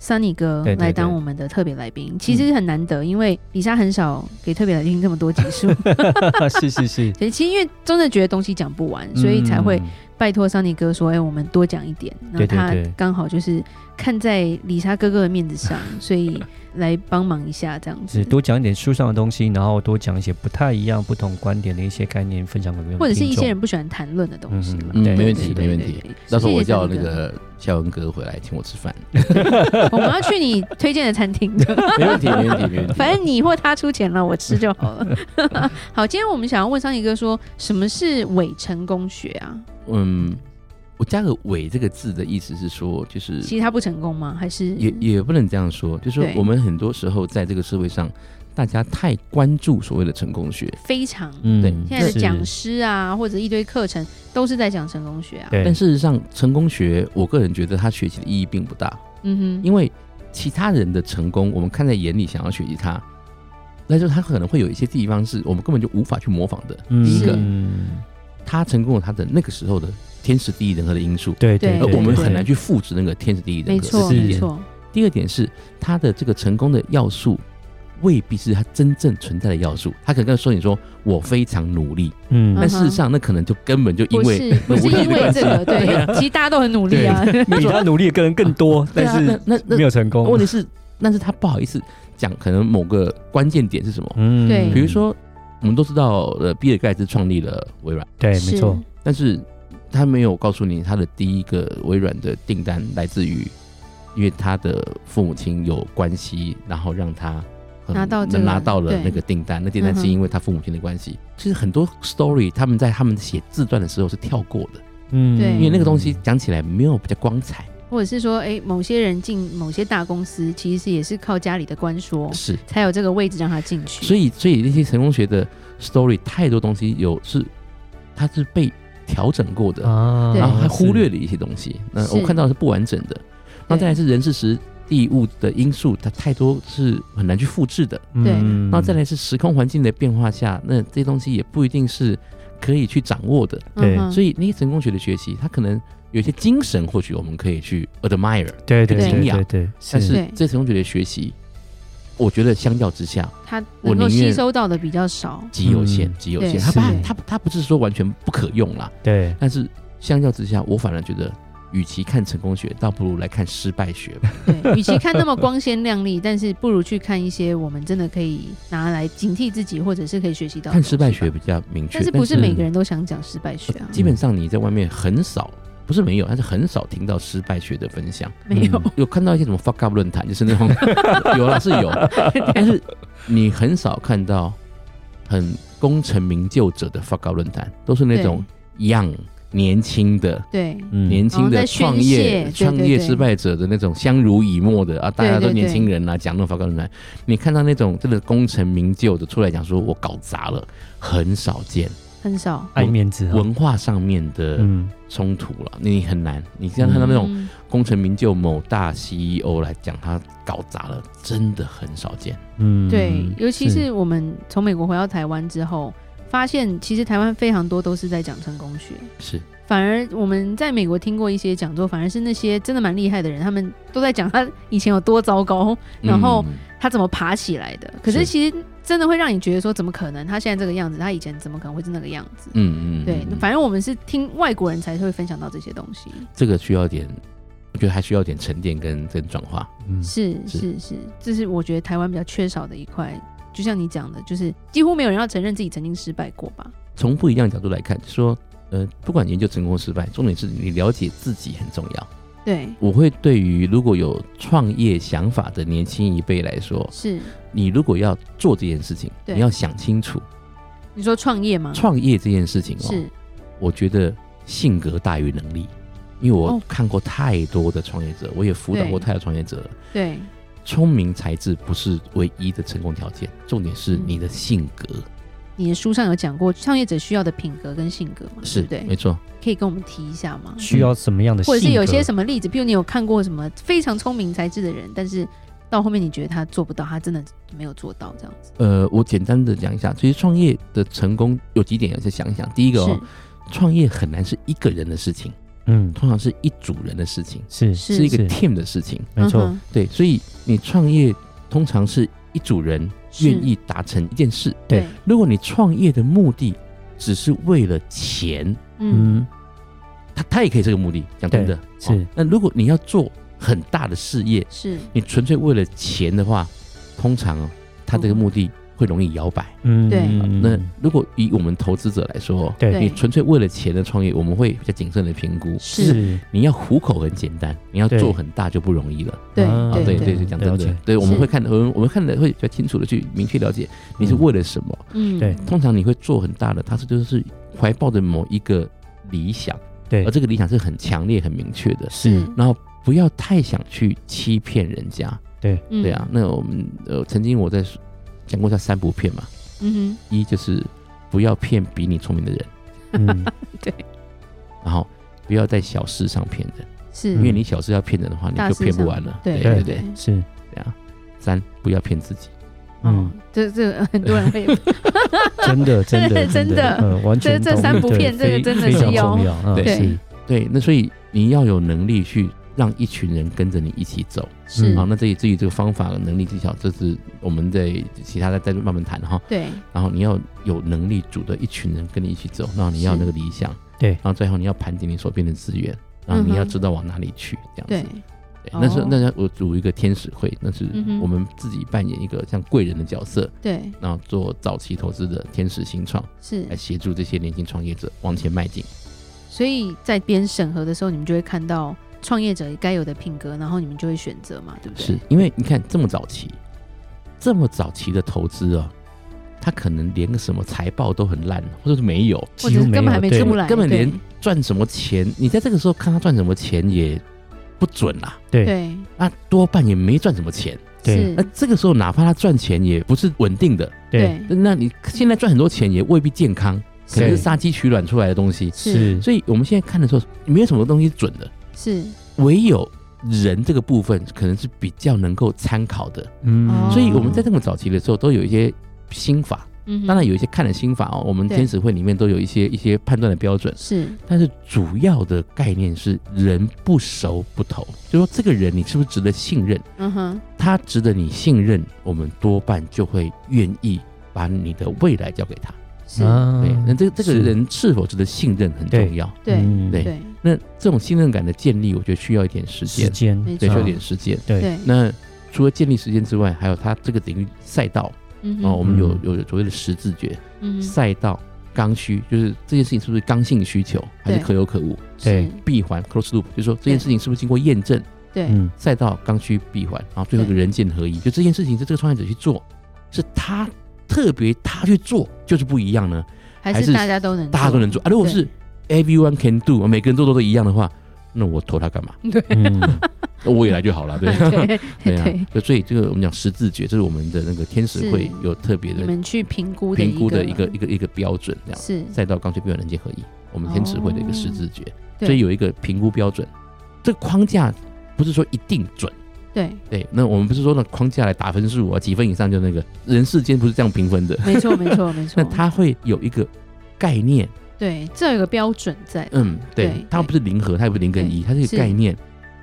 Sunny 哥对对来对嗯当我们的特别来宾，其实很难得，因为李莎很少给特别来宾这么多集 数，是是 是，所以其实因为真的觉得东西讲不完，所以才会嗯拜托桑尼哥说：“哎、我们多讲一点。”那对对他对刚好就是看在李莎哥哥的面子上，所以来帮忙一下这样子是，多讲一点书上的东西，然后多讲一些不太一样、不同观点的一些概念，分享给我们的或者是一听众些人不喜欢谈论的东西嘛。嗯嗯，对没问对题，对没问对题对。到时候我谢谢叫那张个孝文哥回来请我吃饭， 我们要去你推荐的餐 厅，没问题，没问题，没问题。反正你或他出钱了，我吃就好了。 好，今天我们想要问桑尼哥说，什么是伪成功学啊？嗯，我加个“伪”这个字的意思是说，就是其实他不成功吗？还是嗯也也不能这样说，就是说对我们很多时候在这个社会上，大家太关注所谓的成功学，非常？嗯对现在的是讲师啊，或者一堆课程都是在讲成功学啊。对，但事实上，成功学我个人觉得它学习的意义并不大，嗯哼，因为其他人的成功我们看在眼里，想要学习它，那就是他可能会有一些地方是我们根本就无法去模仿的。嗯第一个，嗯他成功了他的那个时候的天时地利人和的因素。对哎对对，而对我们对很难去复制那个天时地利人没和。错，这是第一没点。错。第二点是，它的这个成功的要素未必是它真正存在的要素。他可能跟说你说我非常努力，嗯但事实上那可能就根本就因不为是不是因为这个，对，因 对为其实大家都很努力啊。 比他努力的人更多，对但啊是那那没有成那功问。题是，但是他不好意思讲，可能某个关键点是什么？嗯对比如说，我们都知道，呃，比尔盖茨创立了微软，对，是没错，但是他没有告诉你他的第一个微软的订单来自于，因为他的父母亲有关系，然后让他很拿到这个能拿到了对嗯那个订单。那订单是因为他父母亲的关系。其实很多 story 他们在他们写自传的时候是跳过的，嗯对因为那个东西讲起来没有比较光彩。或者是说，哎，某些人进某些大公司，其实也是靠家里的官说是，才有这个位置让他进去。所以以所以那些成功学的 story 太多东西有是它是被调整过的，啊，哦对然后还忽略是了一些东西。那是我看到的是不完整的。那再来是人事时地物的因素，它太多是很难去复制的。对嗯那再来是时空环境的变化下，那这些东西也不一定是可以去掌握的。嗯对所以那些成功学的学习，它可能有一些精神，或许我们可以去 admire，对对对对养对对，但是对这成功学的学习，我觉得相较之下他我能够宁吸愿收到的比较 少。极有限嗯，极有对限。它不是，它它不是说完全不可用啦，对但是相较之下，我反而觉得，与其看成功学，倒不如来看失败学吧。对，与其看那么光鲜亮丽，但是不如去看一些我们真的可以拿来警惕自己，或者是可以学习到的看失败东西吧学。比嗯较明确，但是不是但是每个人都想讲失败学啊？基本上你在外面很少，不是没有，但是很少听到失败学的分享。 没有，有看到一些什么 fuck up 论坛，就 是那种有啦是有，但是你很少看到很功成名就者的 fuck up 论坛，都是那种 young 年轻的。对，嗯年哦轻然后在的宣创泄业对创对业对失败者的那种相濡以沫的啊，大家对都对年轻人啊，讲那种发高论坛，你看到那种真的功成名就的出来讲说我搞砸了，很少见。很少。爱面子嗯啊，文化上面的嗯冲突了，你很难。你现在看到那种嗯功成名就某大 CEO 来讲他搞砸了，真的很少见。嗯，对，尤其是是我们从美国回到台湾之后，发现其实台湾非常多都是在讲成功学，是反而我们在美国听过一些讲座，反而是那些真的蛮厉害的人，他们都在讲他以前有多糟糕，然后嗯他怎么爬起来的。可是是其实真的会让你觉得说，怎么可能他现在这个样子，他以前怎么可能会是那个样子？嗯嗯，对嗯，反正我们是听外国人才会分享到这些东西，这个需要点，我觉得还需要点沉淀跟跟转化。嗯是是是是，这是我觉得台湾比较缺少的一块。就像你讲的，就是几乎没有人要承认自己曾经失败过吧？从不一样的角度来看，就说，呃，不管研究成功失败，重点是你了解自己很重要。对，我会对于如果有创业想法的年轻一辈来说，是你如果要做这件事情，对你要想清楚你说创业吗？创业这件事情哦。是我觉得性格大于能力，因为我哦看过太多的创业者，我也辅导对过太多创业者了。对，嗯聪明才智不是唯一的成功条件，重点是你的性格。你的书上有讲过创业者需要的品格跟性格嘛？对是不对，没错，可以跟我们提一下吗？嗯需要什么样的性或格，者是有些什么例子，比如你有看过什么非常聪明才智的人，但是到后面你觉得他做不到，他真的没有做到这样子。呃，我简单的讲一下，其实创业的成功有几点要去想一想。第一个哦，创业很难是一个人的事情，嗯，通常是一组人的事情，是嗯是是一个是 team 的事情。没错，嗯对，所以你创业通常是一组人是愿意达成一件事。哼对，如果你创业的目的只是为了钱，嗯，嗯，它它也可以是个目的。讲真的，是哦那如果你要做很大的事业，是你纯粹为了钱的话，通常哦，它这个目的会容易摇摆。嗯，对嗯那如果以我们投资者来说哦，对对你纯粹为了钱的创业，我们会比较谨慎的评估。是，是，你要糊口很简单，你要对做很大就不容易了。对啊啊，对对对，对，讲真了的解，对，我们是会看，我们我们看的会比较清楚的去明确了解你是为了什么。嗯对通常你会做很大的，它是就是怀抱着某一个理想，对而，这个理想是很强烈、很明确的。是，然后不要太想去欺骗人家，嗯对啊。，那我们呃，曾经我在讲过叫三不骗嘛，嗯一就是不要骗比你聪明的人，嗯，然后不要在小事上骗人，哼，是，因为你小事要骗人的话，你嗯大就事骗不上完了。对对对对，是，对啊。三不要骗自己。嗯嗯，这这 个很多人会，真的， 真的，真的嗯，完全这这同意三不对骗这个非真的非是常要重要哦啊，对是，对，那所以你要有能力去让一群人跟着你一起走。是嗯好，，那至于至于这个方法、能力、技巧，这是我们在其他的再慢慢谈哈。对，然后你要有能力组的一群人跟你一起走，然后你要有那个理想，对然后最后你要盘点你手边的资源，然后你嗯要哼知道往哪里去，这样对子。，对，那是哦那要我组一个天使会，那是嗯哼我们自己扮演一个像贵人的角色，对，然后做早期投资的天使新创，是来，协助这些年轻创业者往前迈进。所以在编审核的时候，你们就会看到创业者该有的品格，然后你们就会选择嘛，对不对？是因为你看这么早期，这么早期的投资啊，他可能连个什么财报都很烂，或者是没有或几者乎是没根本还有，没对出来，根本对连赚什么钱，你在这个时候看他赚什么钱也不准啦、对对那多半也没赚什么钱。对是那这个时候，哪怕他赚钱也不是稳定的，对对那你现在赚很多钱也未必健康，可能是对杀鸡取卵出来的东西。是所以我们现在看的时候，没有什么东西准的，是唯有人这个部分可能是比较能够参考的。嗯，所以我们在这么早期的时候，都有一些心法，哦嗯哼，当然有一些看的心法哦。我们对天使会里面都有一些一些判断的标准，是但是主要的概念是人不熟不投，就说这个人你是不是值得信任，嗯哼他值得你信任，我们多半就会愿意把你的未来交给他。是啊对，那这这个是人是否值得信任很重要。对嗯对对那这种信任感的建立，我觉得需要一点时时间，间没对，需错要一点时间。对对那除了建立时间之外，还有他这个领域赛道嗯哦，我哼们有嗯有有所谓的实自觉，嗯哼赛道刚需，就是这件事情是不是刚性需求，还是对可有可无？对是闭环 （close loop） 就是说这件事情是不是经过验证？对嗯赛道刚需闭环，然后最后一个对人见合一，就这件事情是这个创业者去做，是他特别他去做就是不一样呢？还还是是大家都能大家都能做啊！如果是 everyone can do，每个人做都都一样的话，那我投他干嘛？对 嗯我也来就好了，对对 对啊对，就所以这个我们讲十字诀，这是我们的那个天使会是有特别你的们去评估评估的一一个一个一个标准，这样是赛道刚需闭环人间合一，我们天使会的一个十字诀，哦对所以有一个评估标准。这个框架不是说一定准，对，对，那我们不是说那框架来打分数啊，几分以上就那个人世间不是这样评分的，没错没错没错 那，它会有一个概念，对这有个标准在，嗯，对，呃对它不是零和，它也不是零跟一，它是一是个概念，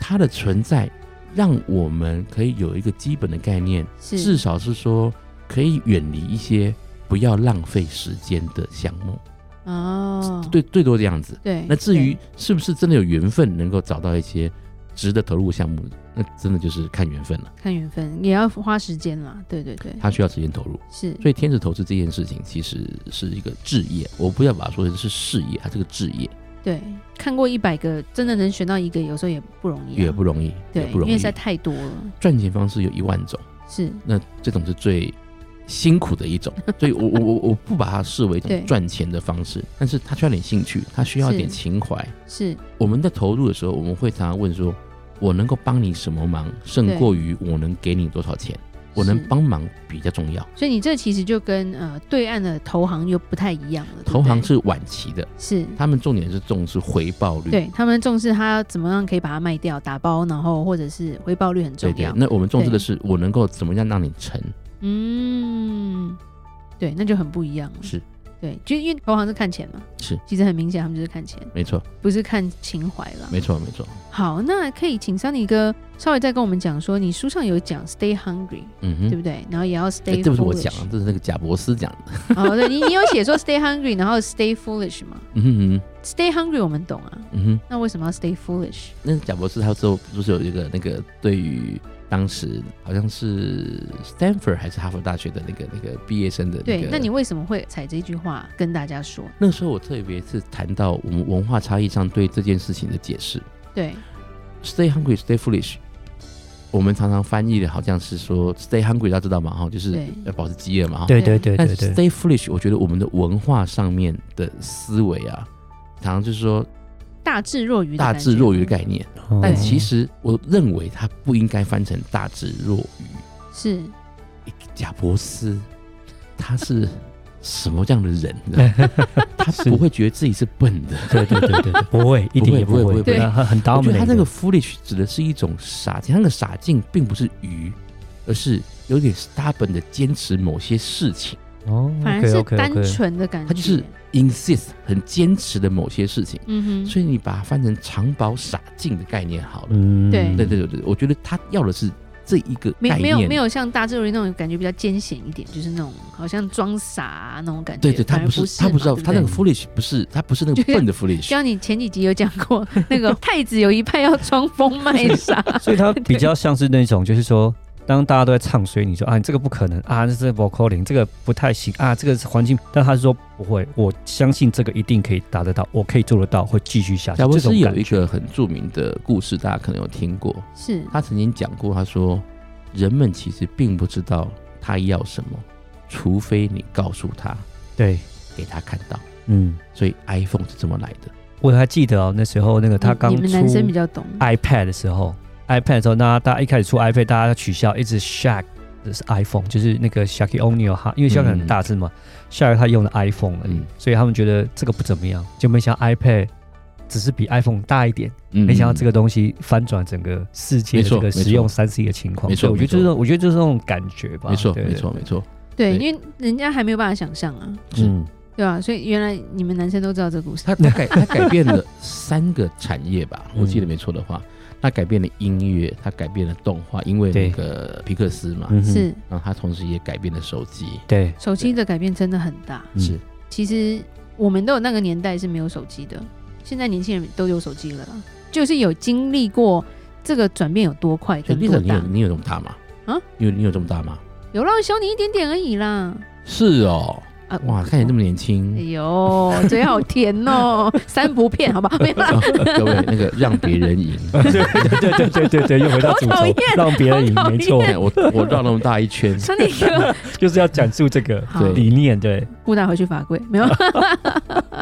它的存在让我们可以有一个基本的概念，是至少是说可以远离一些不要浪费时间的项目，哦最最多这样子。对，那至于对是不是真的有缘分能够找到一些值得投入的项目，那真的就是看缘分了，看缘分也要花时间啦，对对对，它需要时间投入。是所以天使投资这件事情其实是一个置业，嗯我不要把它说成是事业，它是个置业，对，看过一百个，真的能选到一个，有时候也不容易、啊，也不容易，也对，不容因为易实。在太多了，赚钱方式有一万种，是那这种是最辛苦的 一种，所以我我我我不把它视为一对种赚钱的方式，但是它需要点兴趣，它需要是点情怀。是，我们在投入的时候，我们会常常问说，我能够帮你什么忙，胜过于我能给你多少钱。我能是帮忙比较重要。所以你这其实就跟呃对岸的投行又不太一样了。对不对投行是嗯晚期的，是，他们重点是重视回报率。对他们重视它怎么样可以把它卖掉、打包，然后或者是回报率很重对要。对，那我们重视的是我能够怎么样让你成。嗯，对，那就很不一样了。是对，就因为投行是看钱嘛，是，其实很明显他们就是看钱，没错，不是看情怀了。没错，没错。好，那可以请 Sunny 哥稍微再跟我们讲说，你书上有讲 Stay Hungry，、嗯对哼，不对？然后也要哎 Stay，这不是 foolish 我讲啊，这是那个贾博士讲的。哦，对你你有写说 Stay Hungry，然后 Stay Foolish 嘛嗯哼嗯哼？Stay Hungry 我们懂啊，嗯哼。那为什么要 Stay Foolish？那贾博士他之后不是有一个那个对于当时好像是 Stanford 还是哈佛大学的那个那个毕业生的那对，个，那你为什么会采这句话跟大家说？那时候我特别是谈到我们文化差异上对这件事情的解释对， ，Stay hungry, stay foolish。我们常常翻译的好像是说 Stay hungry，大家知道吗？哈，就是对要保持饥饿嘛。哈。对对对对但对是对， Stay foolish，我觉得我们的文化上面的思维啊，常常就是说大智若愚，大智若愚的，概念。哦但其实我认为它不应该翻成大智若愚。是贾伯斯他是什么样的人 呢？他是不会觉得自己是笨的。对对对对对，不会，一点也不会会，不会对，很很我觉 dominant 得的。他那个 foolish 指的是一种傻劲，他那个傻劲并不是愚，而是有点 stubborn 的坚持某些事情哦，反而是 OK，OK，OK 单纯的感觉，他就是，insist 很坚持的某些事情。嗯哼，所以你把它翻成长保傻劲的概念好了。嗯，对对对对对，我觉得他要的是这一个没概念，没有没有像大智若愚那种感觉比较艰险一点，就是那种好像装傻、啊、那种感觉。对对，他反而不不是他不啊不知道，他那个 foolish 不是他不是那个 就是笨的 foolish，就像你前几集有讲过， 那个太子有一派要装疯卖傻，所以他比较像是那种，就是说，当大家都在唱衰你说啊，你这个不可能啊，这是 v o c a l i n 这个不太行啊，这个是环境，但他说不会，我相信这个一定可以达得到，我可以做得到，会继续下去。贾伯这斯种有感一觉，个很著名的故事，大家可能有听过。 是他曾经讲过，他说：“人们其实并不知道他要什么，除非你告诉他，对，给他看到。嗯，”所以 iPhone 是这么来的。我还记得哦，那时候那个他你刚你们出男生比较懂， iPad 的时候，iPad 的时候，那大家一开始出 iPad，大家取笑，一直 Shaq 的是 iPhone，就是那个 Shaq O'Neal 哈，因为 Shaq 很大字嘛、s h a q 他用的 iPhone 而已、嗯所以他们觉得这个不怎么样，就没想到 iPad 只是比 iPhone 大一点，嗯没想到这个东西翻转整个世界没的错这个使用三 C 的情况，没错所以我觉得没错就是我觉得就是那种感觉吧，没错，对对没错，没错。对，对因为人家还没有办法想象啊，是嗯，对吧、所以原来你们男生都知道这个故事，他他改他改变了三个产业 吧，嗯我记得没错的话，他改变了音乐，他改变了动画，因为对那个皮克斯嘛，嗯哼，是然后他同时也改变了手机。对，手机的改变真的很大。嗯是，其实我们都有那个年代是没有手机的，现在年轻人都有手机了啦，就是有经历过这个转变有多快所跟以多 Lisa，你有大。你有这么大吗？啊，你有你有这么大吗？有啦，我小你一点点而已啦。是哦，啊哇，看起来这么年轻嗯哎。呦，嘴好甜 哦，三不骗，好不好？没有啦， 啊 各位，那个让别人赢，对对对对对，又回到主好讨轴厌，让别人赢，好讨没厌错，我我绕那么大一圈，小你哥，就是要讲述这个好理念，对顾大回去罚跪，没啊有。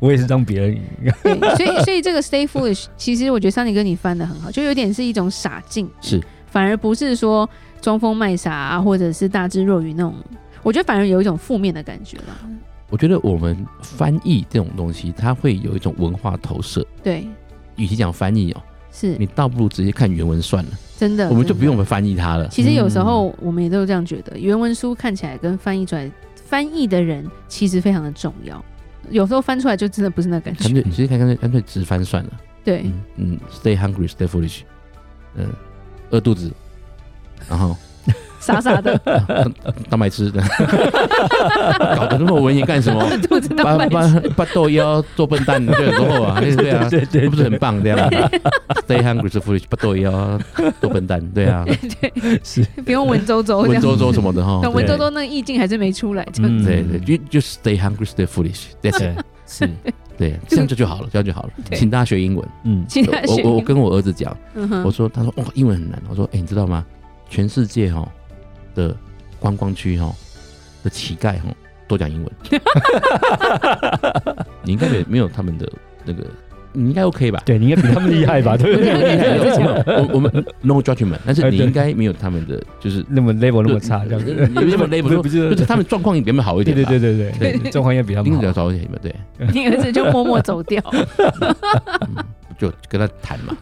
我也是让别人赢。对，所以所以这个 stay foolish，其实我觉得桑尼哥你翻的很好，就有点是一种傻劲，是反而不是说装疯卖傻、啊、或者是大智若愚那种，我觉得反而有一种负面的感觉了。我觉得我们翻译这种东西，它会有一种文化投射。对，与其讲翻译哦，是你倒不如直接看原文算了，真的，我们就真不的。用嗯翻译它了。嗯其实有时候我们也都这样觉得，原文书看起来跟翻译出来，翻译的人其实非常的重要。有时候翻出来就真的不是那感干觉，脆直接看干脆干脆直翻算了。对，嗯嗯，Stay hungry, stay foolish。嗯，饿肚子，然后傻傻的啊当当白痴， 搞得那么文言干什么？肚子都把白把痴把豆腰做笨蛋，对，很多啊，对啊，对对，这不是很棒这 样吗？Stay hungry, stay foolish，不对哦，多笨蛋，对 啊，不用文绉绉这文样，绉绉什么的哈但，文绉对绉那个意境还是没出来，这样嗯子。哦对对，就就 stay hungry, stay foolish，对对， 是，对，这样就就好了，这样就好了。对请大家学英文。嗯，其他我学我我员跟我儿子讲，嗯哼我说，他说哇，英文很难。我说，哎，你知道吗？全世界哈的观光区哈的乞丐哈 都讲英文，你应该没没有他们的那个你应该 OK 吧？对你应该比他们厉害吧？对不 对对？对对对我我们 no judgment，但是哎你对应该没有他们的，就是那么 level 那么差，这样子也不是 level，不是不是就是他们状况也比我们好一对点吧。对对对对对，状况也比他一们定得好。找一点嘛，对，你儿子就默默走掉， 嗯就跟他谈嘛。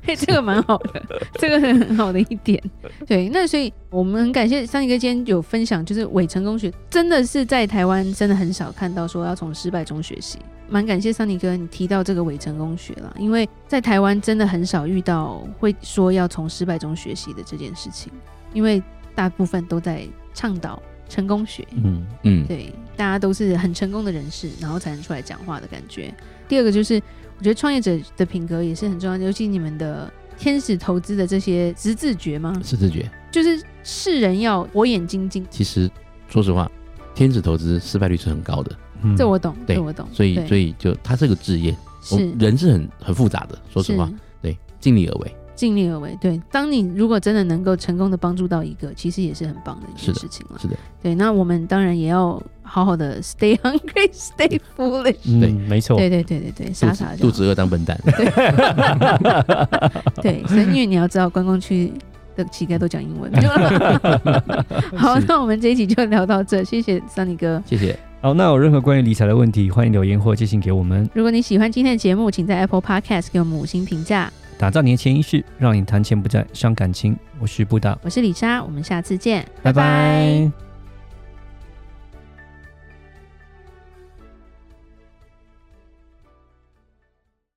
嘿，这个蛮好的，这个很好的一点。对，那所以我们很感谢上一个今天有分享，就是伪成功学真的是在台湾真的很少看到说要从失败中学习，蛮感谢桑尼哥你提到这个伪成功学啦，因为在台湾真的很少遇到会说要从失败中学习的这件事情，因为大部分都在倡导成功学，嗯， 嗯，对，大家都是很成功的人士，然后才能出来讲话的感觉。第二个就是，我觉得创业者的品格也是很重要的，尤其你们的天使投资的这些直自觉吗？是自觉。就是世人要火眼金睛，其实说实话，天使投资失败率是很高的，嗯这我懂，对这我懂。所以对所以就它这个职业，我是人是很很复杂的。说实话是，对，尽力而为。尽力而为。对，当你如果真的能够成功的帮助到一个，其实也是很棒的一是件的事情了。是的，对，那我们当然也要好好的 stay hungry, stay foolish。嗯对没错，对对对对对，肚傻傻子的肚子饿当笨蛋，对，所以因为你要知道，观光区的乞丐都讲英文。好，那我们这一集就聊到这，谢谢桑尼哥。谢谢。好，那有任何关于理财的问题，欢迎留言或寄信给我们。如果你喜欢今天的节目，请在 Apple Podcast 给我们五星评价。打造你的潜意识，让你谈钱不再伤感情。我是布达，我是李莎，我们下次见，拜拜